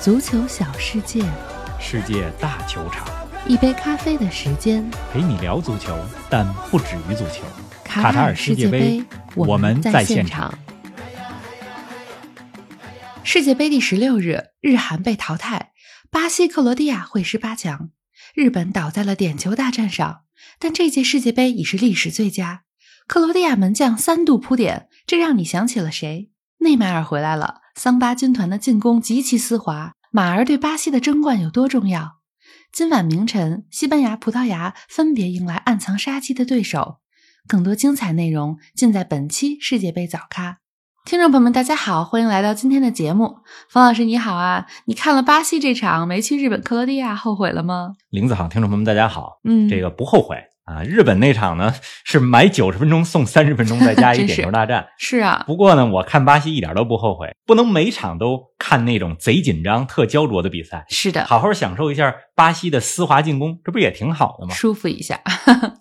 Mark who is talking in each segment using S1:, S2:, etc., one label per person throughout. S1: 足球小世界，
S2: 世界大球场，
S1: 一杯咖啡的时间，
S2: 陪你聊足球，但不止于足球。
S1: 卡
S2: 塔
S1: 塔
S2: 尔
S1: 尔
S2: 世
S1: 世
S2: 界
S1: 界
S2: 杯
S1: 杯，
S2: 我
S1: 我
S2: 们
S1: 们
S2: 在
S1: 在
S2: 现
S1: 现场。世界杯第十六日，日韩被淘汰，巴西、克罗地亚会师八强，日本倒在了点球大战上。但这届世界杯已是历史最佳，克罗地亚门将三度扑点，这让你想起了谁？内马尔回来了，桑巴军团的进攻极其丝滑，马儿对巴西的争冠有多重要？今晚凌晨，西班牙、葡萄牙分别迎来暗藏杀机的对手。更多精彩内容尽在本期世界杯早咖。听众朋友们，大家好，欢迎来到今天的节目。冯老师你好啊，你看了巴西这场没去日本克罗地亚，后悔了吗？
S2: 林子好，听众朋友们，大家好，
S1: 嗯，
S2: 这个不后悔啊。日本那场呢是买九十分钟送三十分钟，再加一
S1: 真是
S2: 点球大战。
S1: 是啊，
S2: 不过呢，我看巴西一点都不后悔，不能每场都看那种贼紧张、特焦灼的比赛，
S1: 是的，
S2: 好好享受一下巴西的丝滑进攻，这不是也挺好的吗？
S1: 舒服一下，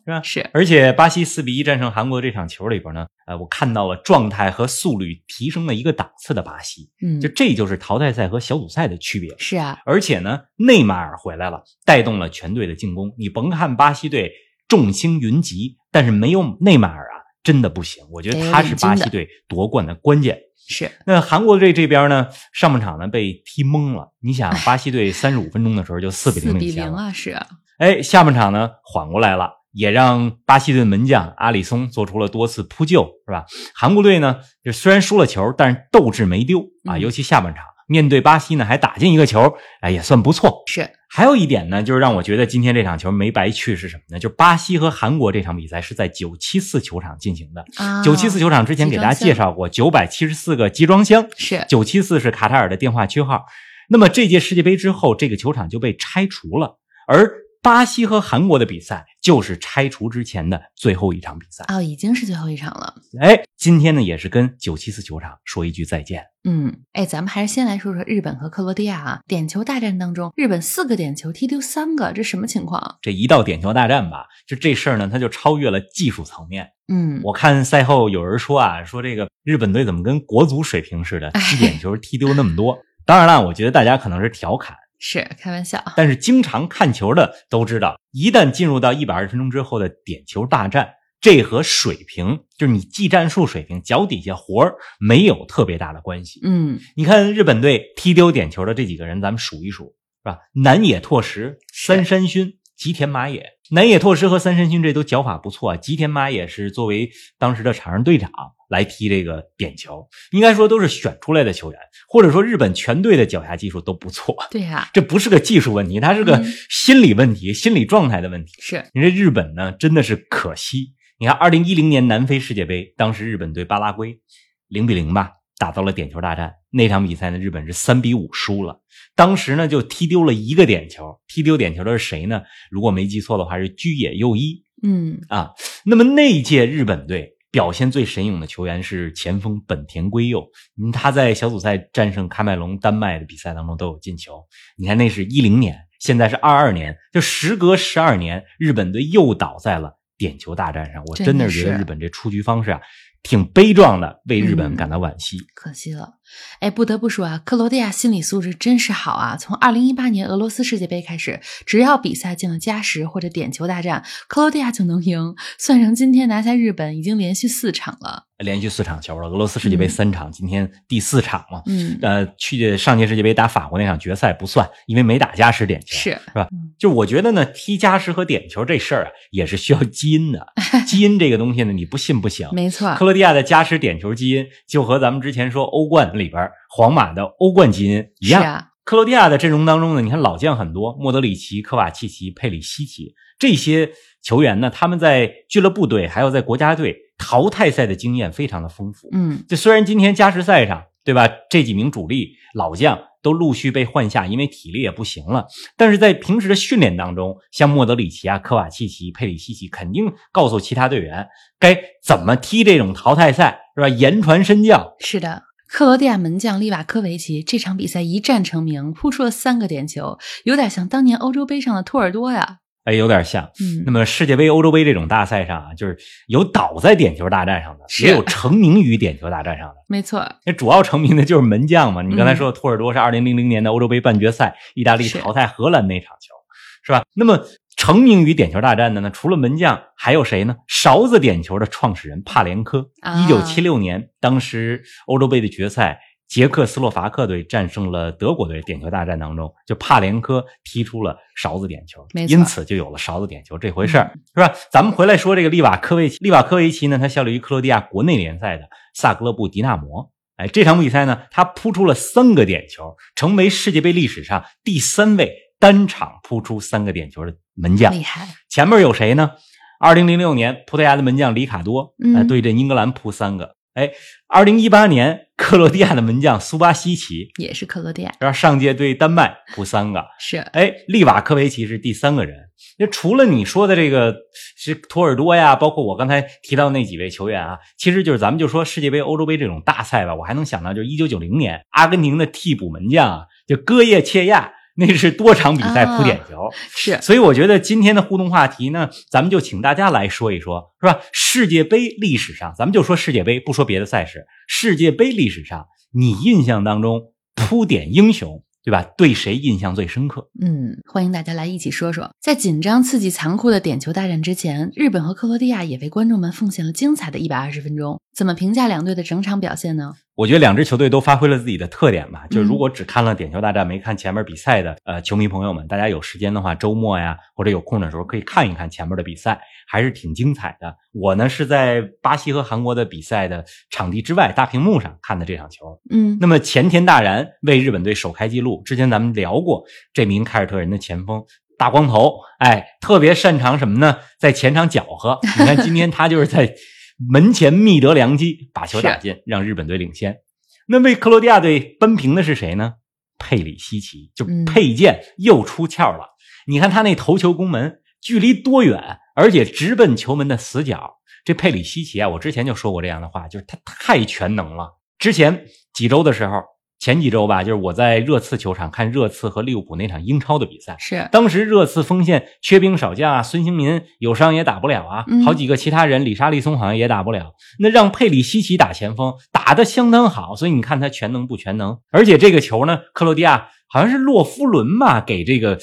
S2: 是吧？
S1: 是
S2: 而且巴西四比一战胜韩国这场球里边呢，呃，我看到了状态和速率提升了一个档次的巴西，
S1: 嗯
S2: 就，这就是淘汰赛和小组赛的区别。
S1: 是啊，
S2: 而且呢，内马尔回来了，带动了全队的进攻。你甭看巴西队众星云集，但是没有内马尔啊，真的不行。我觉得他是巴西队夺冠的关键。
S1: 是
S2: 那韩国队这边呢，上半场呢被踢懵了。你想，巴西队三十五分钟的时候就四比零领
S1: 比
S2: 先
S1: 零
S2: 了，
S1: 啊，是啊，
S2: 哎，下半场呢缓过来了，也让巴西队门将阿里松做出了多次扑救，是吧？韩国队呢，就虽然输了球，但是斗志没丢啊，
S1: 嗯
S2: 尤其下半场面对巴西呢，还打进一个球，哎，也算不错。
S1: 是
S2: 还有一点呢，就是让我觉得今天这场球没白去是什么呢？就巴西和韩国这场比赛是在九七四球场进行的。
S1: 啊，
S2: 九七四球场之前给大家介绍过，九百七十四个集装箱，
S1: 是
S2: 九七四是卡塔尔的电话区号。那么这届世界杯之后，这个球场就被拆除了，而巴西和韩国的比赛就是拆除之前的最后一场比赛。
S1: 哦，已经是最后一场了。
S2: 哎，今天呢也是跟九七四球场说一句再见。
S1: 嗯，哎，咱们还是先来说说日本和克罗地亚啊。点球大战当中，日本四个点球踢丢三个，这什么情况？啊
S2: 这一到点球大战吧，就这事儿呢，它就超越了技术层面。
S1: 嗯，
S2: 我看赛后有人说啊，说这个日本队怎么跟国足水平似的，踢点球踢丢那么多。当然了，我觉得大家可能是调侃，
S1: 是开玩笑，
S2: 但是经常看球的都知道，一旦进入到一百二十分钟之后的点球大战，这和水平，就是你技战术水平、脚底下活儿没有特别大的关系。
S1: 嗯，
S2: 你看日本队踢丢点球的这几个人，咱们数一数，是吧？南野拓实、三山勋、吉田麻也。南野拓实和三山勋这都脚法不错啊。吉田麻也是作为当时的场上队长来踢这个点球，应该说都是选出来的球员，或者说日本全队的脚下技术都不错。
S1: 对啊呀、
S2: 这不是个技术问题，它是个
S1: 嗯
S2: 心理问题、心理状态的问题。
S1: 是
S2: 你这日本呢，真的是可惜。你看，二零一零年南非世界杯，当时日本对巴拉圭零比零吧，打到了点球大战。那场比赛呢，日本是三比五输了。当时呢，就踢丢了一个点球。踢丢点球的是谁呢？如果没记错的话，是居野佑一
S1: 嗯，
S2: 啊。那么那一届日本队表现最神勇的球员是前锋本田圭佑，嗯他在小组赛战胜喀麦隆、丹麦的比赛当中都有进球。你看，那是一零年，现在是二二年，就时隔十二年，日本队又倒在了点球大战上。我真
S1: 真
S2: 的
S1: 的
S2: 是觉得
S1: 是
S2: 日本这出局方式啊，挺悲壮的，为日本
S1: 嗯
S2: 感到惋惜。
S1: 可惜了。哎，不得不说啊，克罗地亚心理素质真是好啊！从二零一八年俄罗斯世界杯开始，只要比赛进了加时或者点球大战，克罗地亚就能赢。算上今天拿下日本，已经连续四场了。
S2: 连续四场球了，俄罗斯世界杯
S1: 嗯
S2: 三场，今天第四场嘛。
S1: 嗯，
S2: 呃，去上届世界杯打法国那场决赛不算，因为没打加时点球。
S1: 是
S2: 吧？就我觉得呢，踢加时和点球这事儿啊，也是需要基因 的。基因这个东西呢，你不信不行。
S1: 没错
S2: 克。罗地亚的加时点球基因就和咱们之前说欧冠里边儿皇马的欧冠基因一
S1: 是
S2: 样。
S1: 啊，
S2: 克罗地亚的阵容当中呢，你看老将很多，莫德里奇、科瓦契奇、佩里西奇这些球员呢，他们在俱乐部队还有在国家队淘汰赛的经验非常的丰富。
S1: 嗯，
S2: 就虽然今天加时赛上，对吧，这几名主力老将都陆续被换下，因为体力也不行了，但是在平时的训练当中，像莫德里奇啊、科瓦契奇、佩里西奇，肯定告诉其他队员该怎么踢这种淘汰赛，是吧？言传身教，
S1: 是的。克罗地亚门将利瓦科维奇这场比赛一战成名，扑出了三个点球，有点像当年欧洲杯上的托尔多呀。
S2: 哎，有点像。
S1: 嗯，
S2: 那么世界杯、欧洲杯这种大赛上啊，就是有倒在点球大战上的，
S1: 是
S2: 也有成名于点球大战上的。
S1: 没错，
S2: 那主要成名的就是门将嘛。你刚才
S1: 嗯
S2: 说的托尔多是二零零零年的欧洲杯半决赛，意大利
S1: 是
S2: 淘汰荷兰那场球，是吧？那么成名于点球大战的呢，除了门将，还有谁呢？勺子点球的创始人帕连科，
S1: 啊
S2: 一九七六年，当时欧洲杯的决赛。捷克斯洛伐克队战胜了德国队，点球大战当中，就帕连科踢出了勺子点球，
S1: 没错嗯
S2: 因此就有了勺子点球这回事儿，是吧？咱们回来说这个利瓦科维奇，利瓦科维奇呢，他效力于克罗地亚国内联赛的萨格勒布迪纳摩，哎，这场比赛呢，他扑出了三个点球，成为世界杯历史上第三位单场扑出三个点球的门将
S1: 厉。害，
S2: 前面有谁呢？二零零六年，葡萄牙的门将里卡多，
S1: 嗯
S2: 呃，对阵英格兰扑三个。哎，二零一八年，克罗地亚的门将苏巴西奇，
S1: 也是克罗地亚，
S2: 然后上届对丹麦扑三个。
S1: 是
S2: 哎，利瓦科维奇是第三个人。那除了你说的这个是托尔多呀，包括我刚才提到那几位球员啊，其实就是咱们就说世界杯、欧洲杯这种大赛吧，我还能想到就是一九九零年阿根廷的替补门将啊，就戈耶切亚，那是多场比赛扑点球。
S1: 是，
S2: 所以我觉得今天的互动话题呢，咱们就请大家来说一说，是吧？世界杯历史上，咱们就说世界杯，不说别的赛事。世界杯历史上，你印象当中扑点英雄，对吧？对谁印象最深刻？
S1: 嗯，欢迎大家来一起说说，在紧张、刺激、残酷的点球大战之前，日本和克罗地亚也为观众们奉献了精彩的一百二十分钟。怎么评价两队的整场表现呢？
S2: 我觉得两支球队都发挥了自己的特点吧。就是如果只看了点球大战，没看前面比赛的呃球迷朋友们，大家有时间的话，周末呀或者有空的时候可以看一看前面的比赛，还是挺精彩的。我呢是在巴西和韩国的比赛的场地之外大屏幕上看的这场球。
S1: 嗯，
S2: 那么前田大然为日本队首开纪录，之前咱们聊过这名凯尔特人的前锋。大光头，哎，特别擅长什么呢？在前场搅和。你看，今天他就是在门前觅得良机，把球打进，让日本队领先。那为克罗地亚队扳平的是谁呢？佩里西奇，就
S1: 嗯
S2: 佩剑又出鞘了。你看他那头球攻门，距离多远，而且直奔球门的死角。这佩里西奇啊，我之前就说过这样的话，就是他太全能了。之前几周的时候，前几周吧，就是我在热刺球场看热刺和利物浦那场英超的比赛，
S1: 是，
S2: 当时热刺锋线缺兵少将啊，孙兴民有伤也打不了啊
S1: 嗯，
S2: 好几个其他人，李沙利松好像也打不了。那让佩里西奇打前锋，打得相当好，所以你看他全能不全能？而且这个球呢，克罗地亚好像是洛夫伦吧，给这个。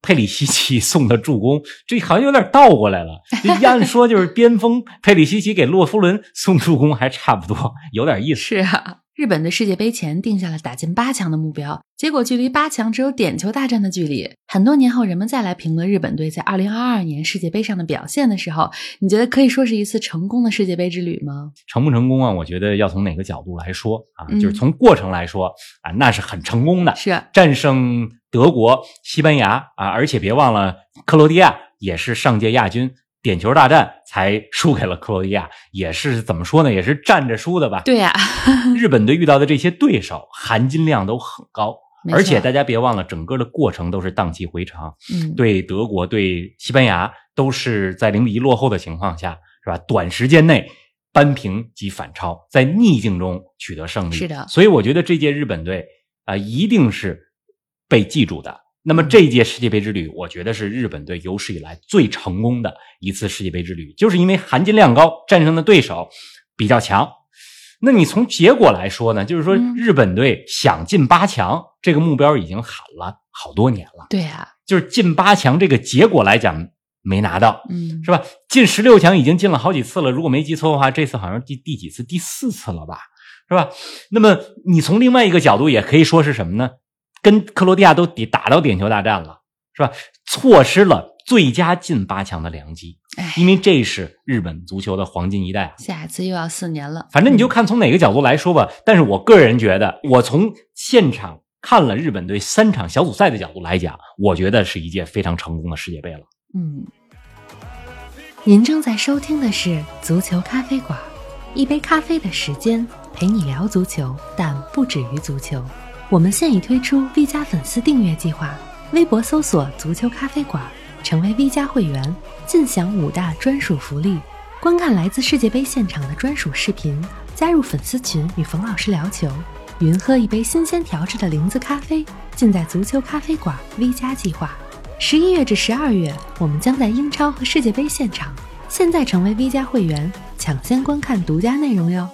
S2: 佩里西奇送的助攻，这好像有点倒过来了。就按说就是边锋佩里西奇给洛夫伦送助攻还差不多，有点意思。
S1: 是啊，日本的世界杯前定下了打进八强的目标，结果距离八强只有点球大战的距离。很多年后，人们再来评论日本队在2022年世界杯上的表现的时候，你觉得可以说是一次成功的世界杯之旅吗？
S2: 成不成功啊？我觉得要从哪个角度来说啊，
S1: 嗯
S2: 就是从过程来说啊，那是很成功的。
S1: 是，啊
S2: 战胜德国、西班牙啊，而且别忘了克罗地亚也是上届亚军，点球大战才输给了克罗地亚，也是怎么说呢，也是站着输的吧。
S1: 对啊呀、
S2: 日本队遇到的这些对手含金量都很高，
S1: 没
S2: 而且
S1: 错
S2: 大家别忘了，整个的过程都是荡气回肠，
S1: 嗯，
S2: 对德国、对西班牙都是在零比一落后的情况下，是吧？短时间内扳平及反超，在逆境中取得胜利。
S1: 是的
S2: 所以我觉得这届日本队啊、一定是被记住的。那
S1: 嗯
S2: 么这届世界杯之旅，我觉得是日本队有史以来最成功的一次世界杯之旅，就是因为含金量高，战胜的对手比较强。那你从结果来说呢，就是说
S1: 嗯
S2: 日本队想进八强、这个目标已经喊了好多年了。
S1: 对啊呀、
S2: 就是进八强这个结果来讲没拿到，
S1: 嗯，
S2: 是吧？进十六强已经进了好几次了，如果没记错的话，这次好像第第几次？第四次了吧，是吧？那么你从另外一个角度也可以说是什么呢？跟克罗地亚都抵打到点球大战了，是吧？错失了最佳进八强的良机，
S1: 哎，
S2: 因为这是日本足球的黄金一代啊。
S1: 下一次又要四年了，嗯
S2: 反正你就看从哪个角度来说吧。但是我个人觉得，我从现场看了日本队三场小组赛的角度来讲，我觉得是一届非常成功的世界杯了。
S1: 嗯。您正在收听的是《足球咖啡馆》，一杯咖啡的时间陪你聊足球，但不止于足球。我们现已推出 V 加粉丝订阅计划，微博搜索“足球咖啡馆”，成为 V 加会员，尽享五大专属福利：观看来自世界杯现场的专属视频，加入粉丝群与冯老师聊球，云喝一杯新鲜调制的零子咖啡，尽在足球咖啡馆 V 加计划。十一月至十二月，我们将在英超和世界杯现场。现在成为 V 加会员，抢先观看独家内容哟！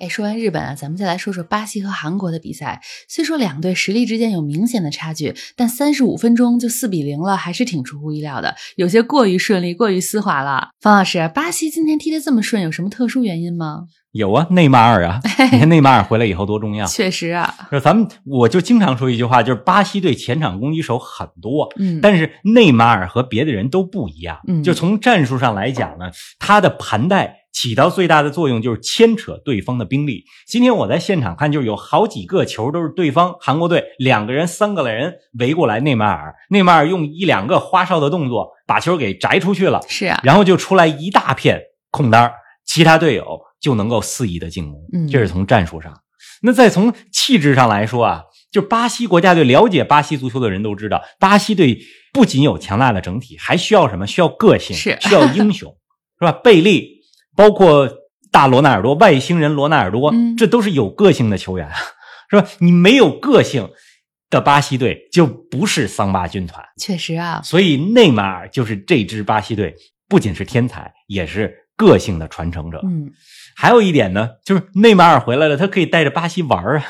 S1: 哎，说完日本啊，咱们再来说说巴西和韩国的比赛。虽说两队实力之间有明显的差距，但三十五分钟就四比零了，还是挺出乎意料的，有些过于顺利，过于丝滑了。方老师，巴西今天踢得这么顺，有什么特殊原因吗？
S2: 有啊，内马 尔啊，你看内马尔回来以后多重要。
S1: 确实啊，
S2: 就是咱们我就经常说一句话，就是巴西队前场攻击手很多，
S1: 嗯，
S2: 但是内马尔和别的人都不一样。
S1: 嗯
S2: 就从战术上来讲呢，他的盘带起到最大的作用就是牵扯对方的兵力。今天我在现场看，就有好几个球都是对方韩国队两个人、三个人围过来内马尔，内马尔用一两个花哨的动作把球给摘出去了，
S1: 是啊，
S2: 然后就出来一大片空当儿，其他队友就能够肆意的进攻。
S1: 嗯
S2: 这是从战术上。那再从气质上来说啊，就巴西国家队，了解巴西足球的人都知道，巴西队不仅有强大的整体，还需要什么？需要个性，
S1: 是
S2: 需要英雄， 是吧？贝利，包括大罗纳尔多，外星人罗纳尔多，
S1: 嗯
S2: 这都是有个性的球员啊，是吧？你没有个性的巴西队，就不是桑巴军团。
S1: 确实啊，
S2: 所以内马尔就是这支巴西队不仅是天才，也是个性的传承者。
S1: 嗯，
S2: 还有一点呢，就是内马尔回来了，他可以带着巴西 玩儿啊。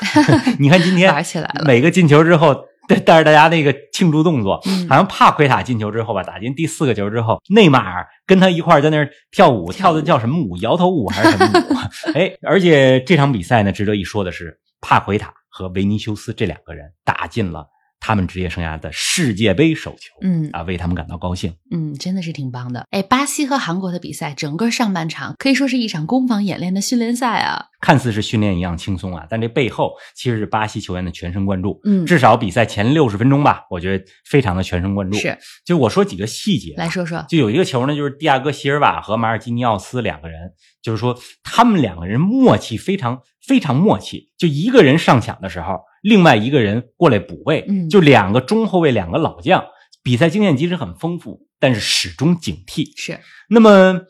S2: 你看今天
S1: 玩起来了，
S2: 每个进球之后，带带着大家那个庆祝动作，
S1: 嗯
S2: 好像帕奎塔进球之后吧，打进第四个球之后，内马尔跟他一块儿在那儿跳舞，
S1: 跳舞
S2: 跳的叫什么舞？摇头舞还是什么舞？ 哎，而且这场比赛呢，值得一说的是，帕奎塔和维尼修斯这两个人打进了他们职业生涯的世界杯首球。
S1: 嗯
S2: 啊，为他们感到高兴。
S1: 嗯，真的是挺棒的。哎，巴西和韩国的比赛，整个上半场可以说是一场攻防演练的训练赛啊。
S2: 看似是训练一样轻松啊，但这背后其实是巴西球员的全神贯注。
S1: 嗯，
S2: 至少比赛前六十分钟吧，我觉得非常的全神贯注。
S1: 是，
S2: 就我说几个细节啊，
S1: 来说说，
S2: 就有一个球呢，就是蒂亚戈·席尔瓦和马尔基尼奥斯两个人，就是说他们两个人默契非常非常默契，就一个人上抢的时候，另外一个人过来补位，
S1: 嗯
S2: 就两个中后卫，两个老将，比赛经验即使很丰富，但是始终警惕。
S1: 是，
S2: 那么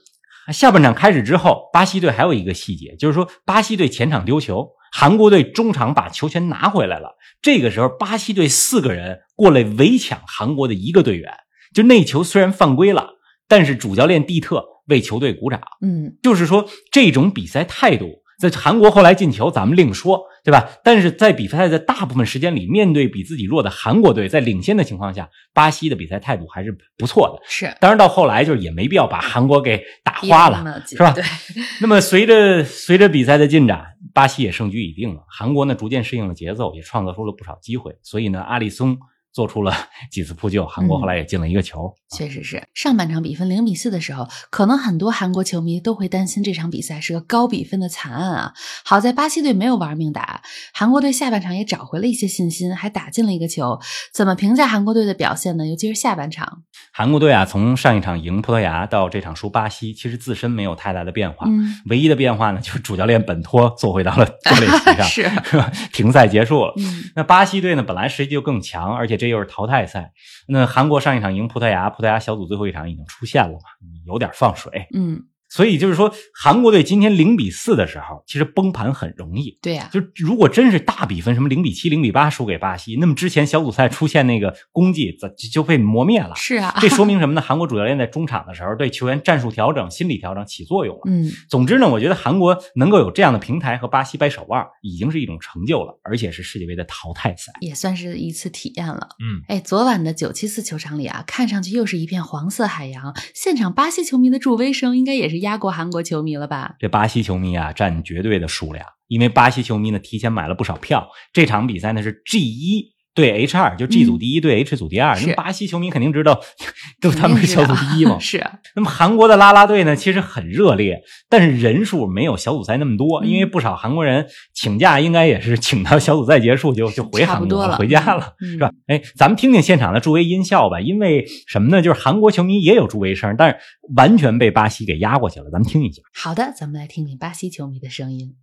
S2: 下半场开始之后，巴西队还有一个细节，就是说巴西队前场丢球，韩国队中场把球权拿回来了。这个时候，巴西队四个人过来围抢韩国的一个队员，就那球虽然犯规了，但是主教练蒂特为球队鼓掌。
S1: 嗯，
S2: 就是说这种比赛态度，在韩国后来进球咱们另说，对吧？但是在比赛的大部分时间里，面对比自己弱的韩国队，在领先的情况下，巴西的比赛态度还是不错的。
S1: 是
S2: 当然到后来就是也没必要把韩国给打花了。
S1: 了，是
S2: 吧
S1: 对，
S2: 那么随着随着比赛的进展，巴西也胜局已定了。韩国呢逐渐适应了节奏，也创造出了不少机会。所以呢，阿里松做出了几次扑救，韩国后来也进了一个球。
S1: 确实是。上半场比分零比四的时候，可能很多韩国球迷都会担心这场比赛是个高比分的惨案啊。好在巴西队没有玩命打，韩国队下半场也找回了一些信心，还打进了一个球。怎么评价韩国队的表现呢？尤其是下半场，
S2: 韩国队啊，从上一场赢葡萄牙到这场输巴西，其实自身没有太大的变化。
S1: 嗯，
S2: 唯一的变化呢，就是主教练本托坐回到了坐垒 席上，
S1: 是，
S2: 是吧？ 停赛结束了。
S1: 嗯
S2: 那巴西队呢，本来实力就更强，而且这又是淘汰赛。那韩国上一场赢葡萄牙，葡萄牙小组最后一场已经出现了嘛，有点放水。
S1: 嗯，
S2: 所以就是说，韩国队今天零比四的时候，其实崩盘很容易。
S1: 对啊呀、
S2: 就如果真是大比分，什么零比七、零比八输给巴西，那么之前小组赛出现那个功绩，咱就就被磨灭了。
S1: 是啊，
S2: 这说明什么呢？韩国主教练在中场的时候对球员战术调整、心理调整起作用了。
S1: 嗯。
S2: 总之呢，我觉得韩国能够有这样的平台和巴西掰手腕，已经是一种成就了，而且是世界杯的淘汰赛。
S1: 也算是一次体验了。
S2: 嗯，
S1: 哎，昨晚的九七四球场里啊，看上去又是一片黄色海洋。现场巴西球迷的助威声，应该也是压过韩国球迷了吧？
S2: 这巴西球迷啊占绝对的数量，因为巴西球迷呢提前买了不少票。这场比赛呢是 G 一对 H 二，就 G 组第一对 H 组第二。
S1: 嗯是
S2: 那巴西球迷肯定知道， 都他们
S1: 肯定
S2: 是小
S1: 知道。
S2: 组第一嘛
S1: 是，啊
S2: 那么韩国的啦啦队呢，其实很热烈，但是人数没有小组赛那么多，
S1: 嗯
S2: 因为不少韩国人请假，应该也是请到小组赛结束就就回
S1: 差不
S2: 韩
S1: 多
S2: 国
S1: 了
S2: 回家了。
S1: 嗯、
S2: 是吧？哎，咱们听听现场的助威音效吧，因为什么呢？就是韩国球迷也有助威声，但是完全被巴西给压过去了。咱们听一下。
S1: 好的，咱们来听听巴西球迷的声音。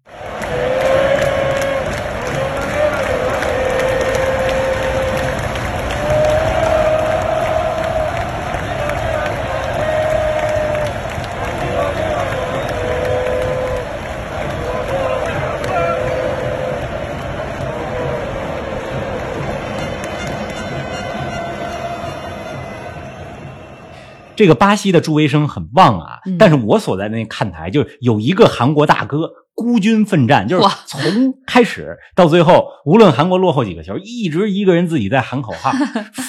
S2: 这个巴西的助威声很旺啊，
S1: 嗯
S2: 但是我所在的那看台就是有一个韩国大哥孤军奋战，就是
S1: 哇
S2: 从开始到最后，无论韩国落后几个球，一直一个人自己在喊口 号，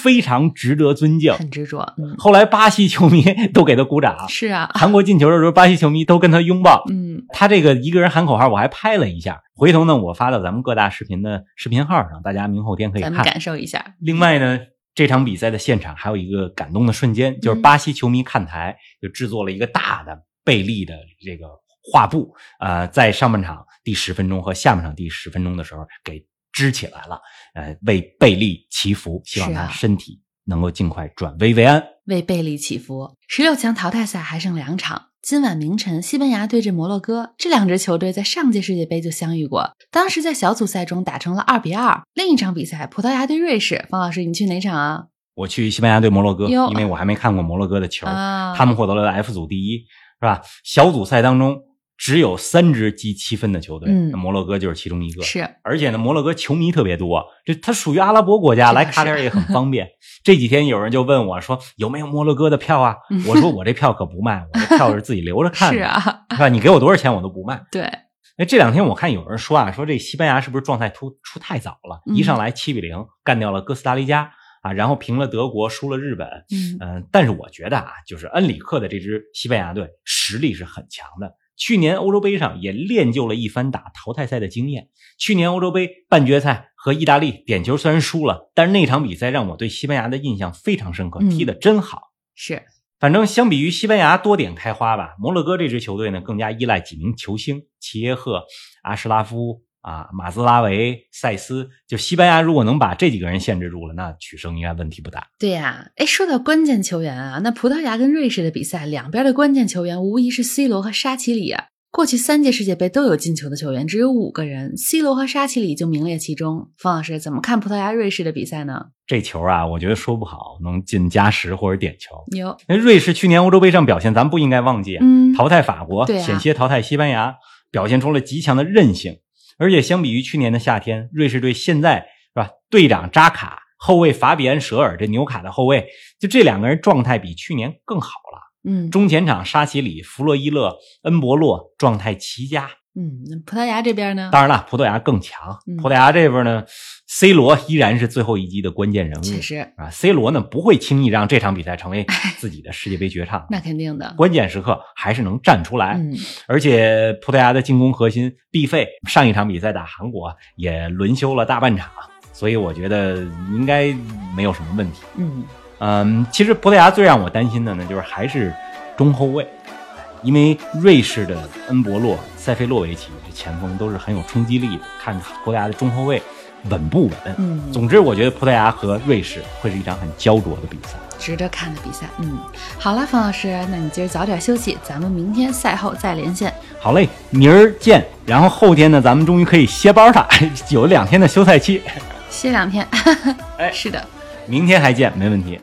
S2: 非常值得尊敬。
S1: 很执着。嗯，
S2: 后来巴西球迷都给他鼓 掌，
S1: 是啊，
S2: 韩国进球的时候，巴西球迷都跟他拥抱。
S1: 嗯，
S2: 他这个一个人喊口号，我还拍了一下，回头呢我发到咱们各大视频的视频号上，大家明后天可以
S1: 咱们
S2: 看。
S1: 感受一下。
S2: 另外呢，这场比赛的现场还有一个感动的瞬
S1: 嗯
S2: 间，就是巴西球迷看台就制作了一个大的贝利的这个画布，呃，在上半场第十分钟和下半场第十分钟的时候给支起来了，呃，为贝利祈福，希望
S1: 是啊
S2: 他身体能够尽快转危为安。
S1: 为贝利祈福。十六强淘汰赛还剩两场，今晚凌晨西班牙对阵摩洛哥，这两支球队在上届世界杯就相遇过，当时在小组赛中打成了二比二。另一场比赛，葡萄牙对瑞士，方老师你去哪场啊？
S2: 我去西班牙对摩洛哥，
S1: 哟
S2: 因为我还没看过摩洛哥的球，
S1: 啊，
S2: 他们获得了 F 组第一，是吧？小组赛当中只有三支积七分的球队，
S1: 嗯
S2: 那摩洛哥就是其中一个。
S1: 是
S2: 而且呢，摩洛哥球迷特别多，这它属于阿拉伯国
S1: 这
S2: 家，
S1: 倒
S2: 来卡塔尔
S1: 是
S2: 也很 方便。这几天有人就问我说有没有摩洛哥的票啊？我说我这票可不卖，我这票是自己 留着看的，
S1: 是啊，
S2: 是吧？你给我多少钱我都不卖。
S1: 对，
S2: 哎，这两天我看有人说啊，说这西班牙是不是状态突出太早了？
S1: 嗯
S2: 一上来七比零干掉了哥斯达黎加啊，然后平了德国，输了日本。
S1: 嗯
S2: 嗯、但是我觉得啊，就是恩里克的这支西班牙队实力是很强的。去年欧洲杯上也练就了一番打淘汰赛的经验。去年欧洲杯半决赛和意大利点球虽然输了，但是那场比赛让我对西班牙的印象非常深刻，
S1: 嗯
S2: 踢得真好。
S1: 是
S2: 反正相比于西班牙多点开花吧，摩洛哥这支球队呢更加依赖几名球星，齐耶赫、阿什拉夫啊、马兹拉维、塞斯。就西班牙如果能把这几个人限制住了，那取胜应该问题不大。
S1: 对呀、哎，说到关键球员啊，那葡萄牙跟瑞士的比赛，两边的关键球员无疑是 C 罗和沙奇里啊。过去三届世界杯都有进球的球员只有五个人，C 罗和沙奇里就名列其中。方老师怎么看葡萄牙、瑞士的比赛呢？
S2: 这球啊，我觉得说不好能进加时或者点球。
S1: 有，
S2: 那瑞士去年欧洲杯上表现，咱不应该忘记啊，
S1: 嗯，
S2: 淘汰法国，
S1: 对啊
S2: 险些淘汰西班牙，表现出了极强的韧性。而且相比于去年的夏天，瑞士队现在是吧？队长扎卡，后卫法比安·舍尔，这纽卡的后卫，就这两个人状态比去年更好了。
S1: 嗯
S2: 中前场沙奇里、弗洛伊勒、恩博洛状态齐佳。
S1: 嗯，那葡萄牙这边呢？
S2: 当然了，葡萄牙更强
S1: 嗯。
S2: 葡萄牙这边呢，C 罗依然是最后一击的关键人物。
S1: 确实，
S2: 啊，C 罗呢不会轻易让这场比赛成为自己的世界杯绝唱。
S1: 哎那肯定的。
S2: 关键时刻还是能站出来。
S1: 嗯，
S2: 而且葡萄牙的进攻核心毕费上一场比赛打韩国也轮休了大半场，所以我觉得应该没有什么问题。
S1: 嗯，
S2: 嗯，其实葡萄牙最让我担心的呢，就是还是中后卫，因为瑞士的恩博洛、塞菲洛维奇这前锋都是很有冲击力的，看葡萄牙的中后卫稳不稳。
S1: 嗯
S2: 总之，我觉得葡萄牙和瑞士会是一场很焦灼的比赛。
S1: 值得看的比赛。嗯，好了，方老师，那你今儿早点休息，咱们明天赛后再连线。
S2: 好嘞，明儿见。然后后天呢，咱们终于可以歇班了， 有两天的休赛期。
S1: 歇两天。
S2: 哎
S1: 是的，
S2: 明天还见，没问题。